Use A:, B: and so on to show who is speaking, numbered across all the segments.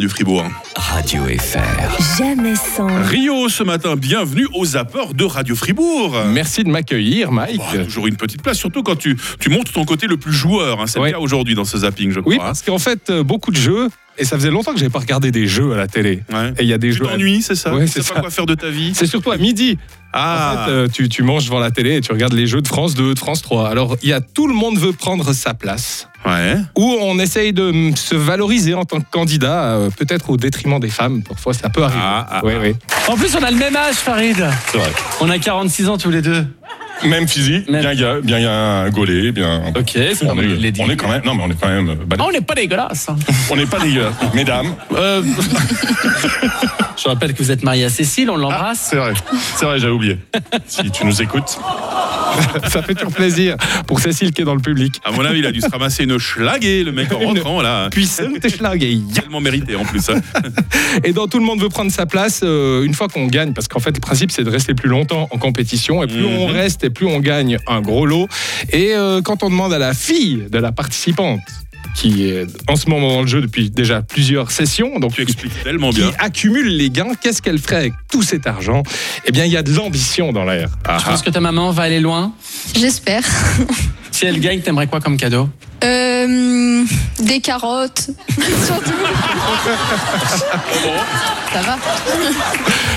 A: du Fribourg.
B: Radio FR.
C: Jamais sans.
A: Rio ce matin, bienvenue aux apports de Radio Fribourg.
D: Euh, Merci de m'accueillir, Mike.
A: Bon, toujours une petite place, surtout quand tu, tu montes ton côté le plus joueur. hein. C'est
D: Ouais.
A: le cas aujourd'hui dans ce zapping, je crois. hein.
D: Oui, parce qu'en fait, euh, beaucoup de jeux, et ça faisait longtemps que j'avais pas regardé des jeux à la télé.
A: Ouais.
D: Et il y a des
A: Tu
D: jeux. à-
A: t'ennuies, c'est ça
D: Ouais,
A: Tu sais
D: c'est
A: pas
D: ça.
A: quoi faire de ta vie
D: C'est surtout à midi.
A: Ah.
D: En fait, euh, tu, tu manges devant la télé et tu regardes les jeux de France 2, de France 3. Alors, il y a tout le monde veut prendre sa place.
A: Ouais.
D: Ou on essaye de mm, se valoriser en tant que candidat, euh, peut-être au détriment des femmes. Parfois, ça peut arriver.
A: Ah, ah,
D: Ouais, ouais.
E: En plus, on a le même âge, Farid. On a 46 ans tous les deux.
F: Même physique,
E: Même-
F: bien gars, bien gars, gaulé, bien.
E: Ok,
F: On est, on est quand même, non mais on est quand même, balèze.
E: On Ah, n'est pas dégueulasse. hein.
F: on n'est pas dégueulasse. Mesdames,
E: Je rappelle que vous êtes marié à Cécile, on l'embrasse.
F: Ah, c'est vrai, c'est vrai, j'avais oublié. Si tu nous écoutes,
D: ça fait toujours plaisir pour Cécile qui est dans le public.
A: À mon avis, il a dû se ramasser une schlaguée, le mec en
D: Une-
A: rentrant là.
D: Puissante Schlag et ya
A: Tellement mérité en plus. hein.
D: Et dans Tout le monde veut prendre sa place, euh, une fois qu'on gagne, parce qu'en fait le principe c'est de rester plus longtemps en compétition, et plus on
A: Mhm.
D: reste et plus on gagne un gros lot. Et euh, quand on demande à la fille de la participante, qui est en ce moment dans le jeu depuis déjà plusieurs sessions, donc
A: Tu
D: qui,
A: expliques tellement
D: qui
A: bien.
D: accumule les gains, qu'est-ce qu'elle ferait avec tout cet argent Eh bien il y a de l'ambition dans l'air.
A: Ah,
E: Je pense que ta maman va aller loin.
G: J'espère.
E: Si elle gagne, t'aimerais quoi comme cadeau
G: Euh, des carottes, surtout. Ça va.
D: ah.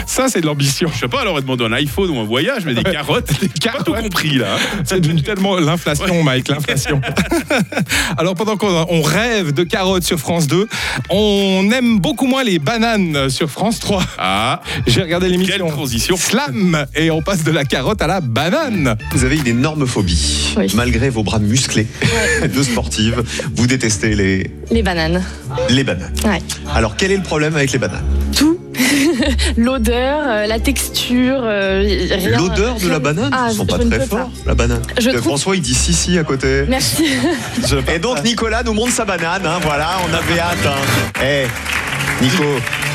D: Ça c'est de l'ambition.
A: Je sais pas, alors elle demande un iPhone ou un voyage, mais des carottes. J'ai pas tout
D: carottes.
A: compris là.
D: C'est devenu tellement l'inflation, Mike, l'inflation. Alors pendant qu'on on rêve de carottes sur France 2, on aime beaucoup moins les bananes sur France 3.
A: Ah,
D: J'ai regardé
A: quelle
D: l'émission.
A: transition.
D: Slam et on passe de la carotte à la banane.
H: Vous avez une énorme phobie.
I: Oui.
H: Malgré vos bras musclés de sportive, vous détestez les,
I: Les bananes.
H: les bananes.
I: Ouais.
H: Alors, quel est le problème avec les bananes
I: Tout. L'odeur, euh, la texture, euh, rien.
H: L'odeur de la banane
I: Ah,
H: Ils sont
I: je-
H: pas
I: je ne
H: très
I: peux
H: forts, la banane.
I: Je
H: Euh,
I: trouve-
H: François, il dit si, si à côté.
I: Merci.
H: Et donc, Nicolas nous montre sa banane. hein, voilà, on avait hâte. hein. Eh, Nico,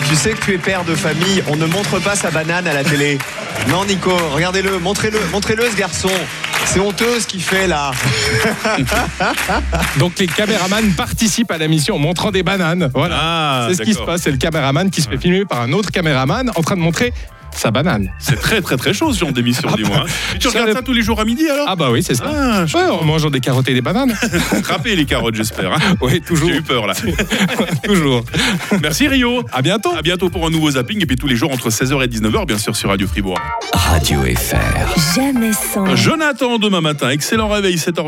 H: tu sais que tu es père de famille. On ne montre pas sa banane à la télé. Non, Nico, regardez-le. Montrez-le, montrez-le, ce garçon. C'est honteux ce qu'il fait là.
D: Donc les caméramans participent à la mission en montrant des bananes. Voilà.
A: Ah,
D: c'est ce qui se
A: d'accord.
D: passe. C'est le caméraman qui se fait filmer par un autre caméraman en train de montrer sa banane.
A: C'est très très très chaud ce genre d'émission,
D: Ah
A: dis-moi. hein. Et Tu
D: Je
A: regardes
D: savais-
A: ça tous les jours à midi alors
D: bah, Ah bah oui, c'est ça.
A: Ah, je-
D: Ouais, en mangeant des carottes et des bananes.
A: Râper les carottes, j'espère. hein.
D: Oui, toujours.
A: J'ai eu peur là.
D: toujours.
A: Merci Rio.
D: À bientôt.
A: À bientôt pour un nouveau zapping et puis tous les jours entre 16h et 19h, bien sûr, sur Radio Fribourg.
B: Radio FR.
C: Jamais sans.
A: Jonathan, demain matin, excellent réveil, 7h20.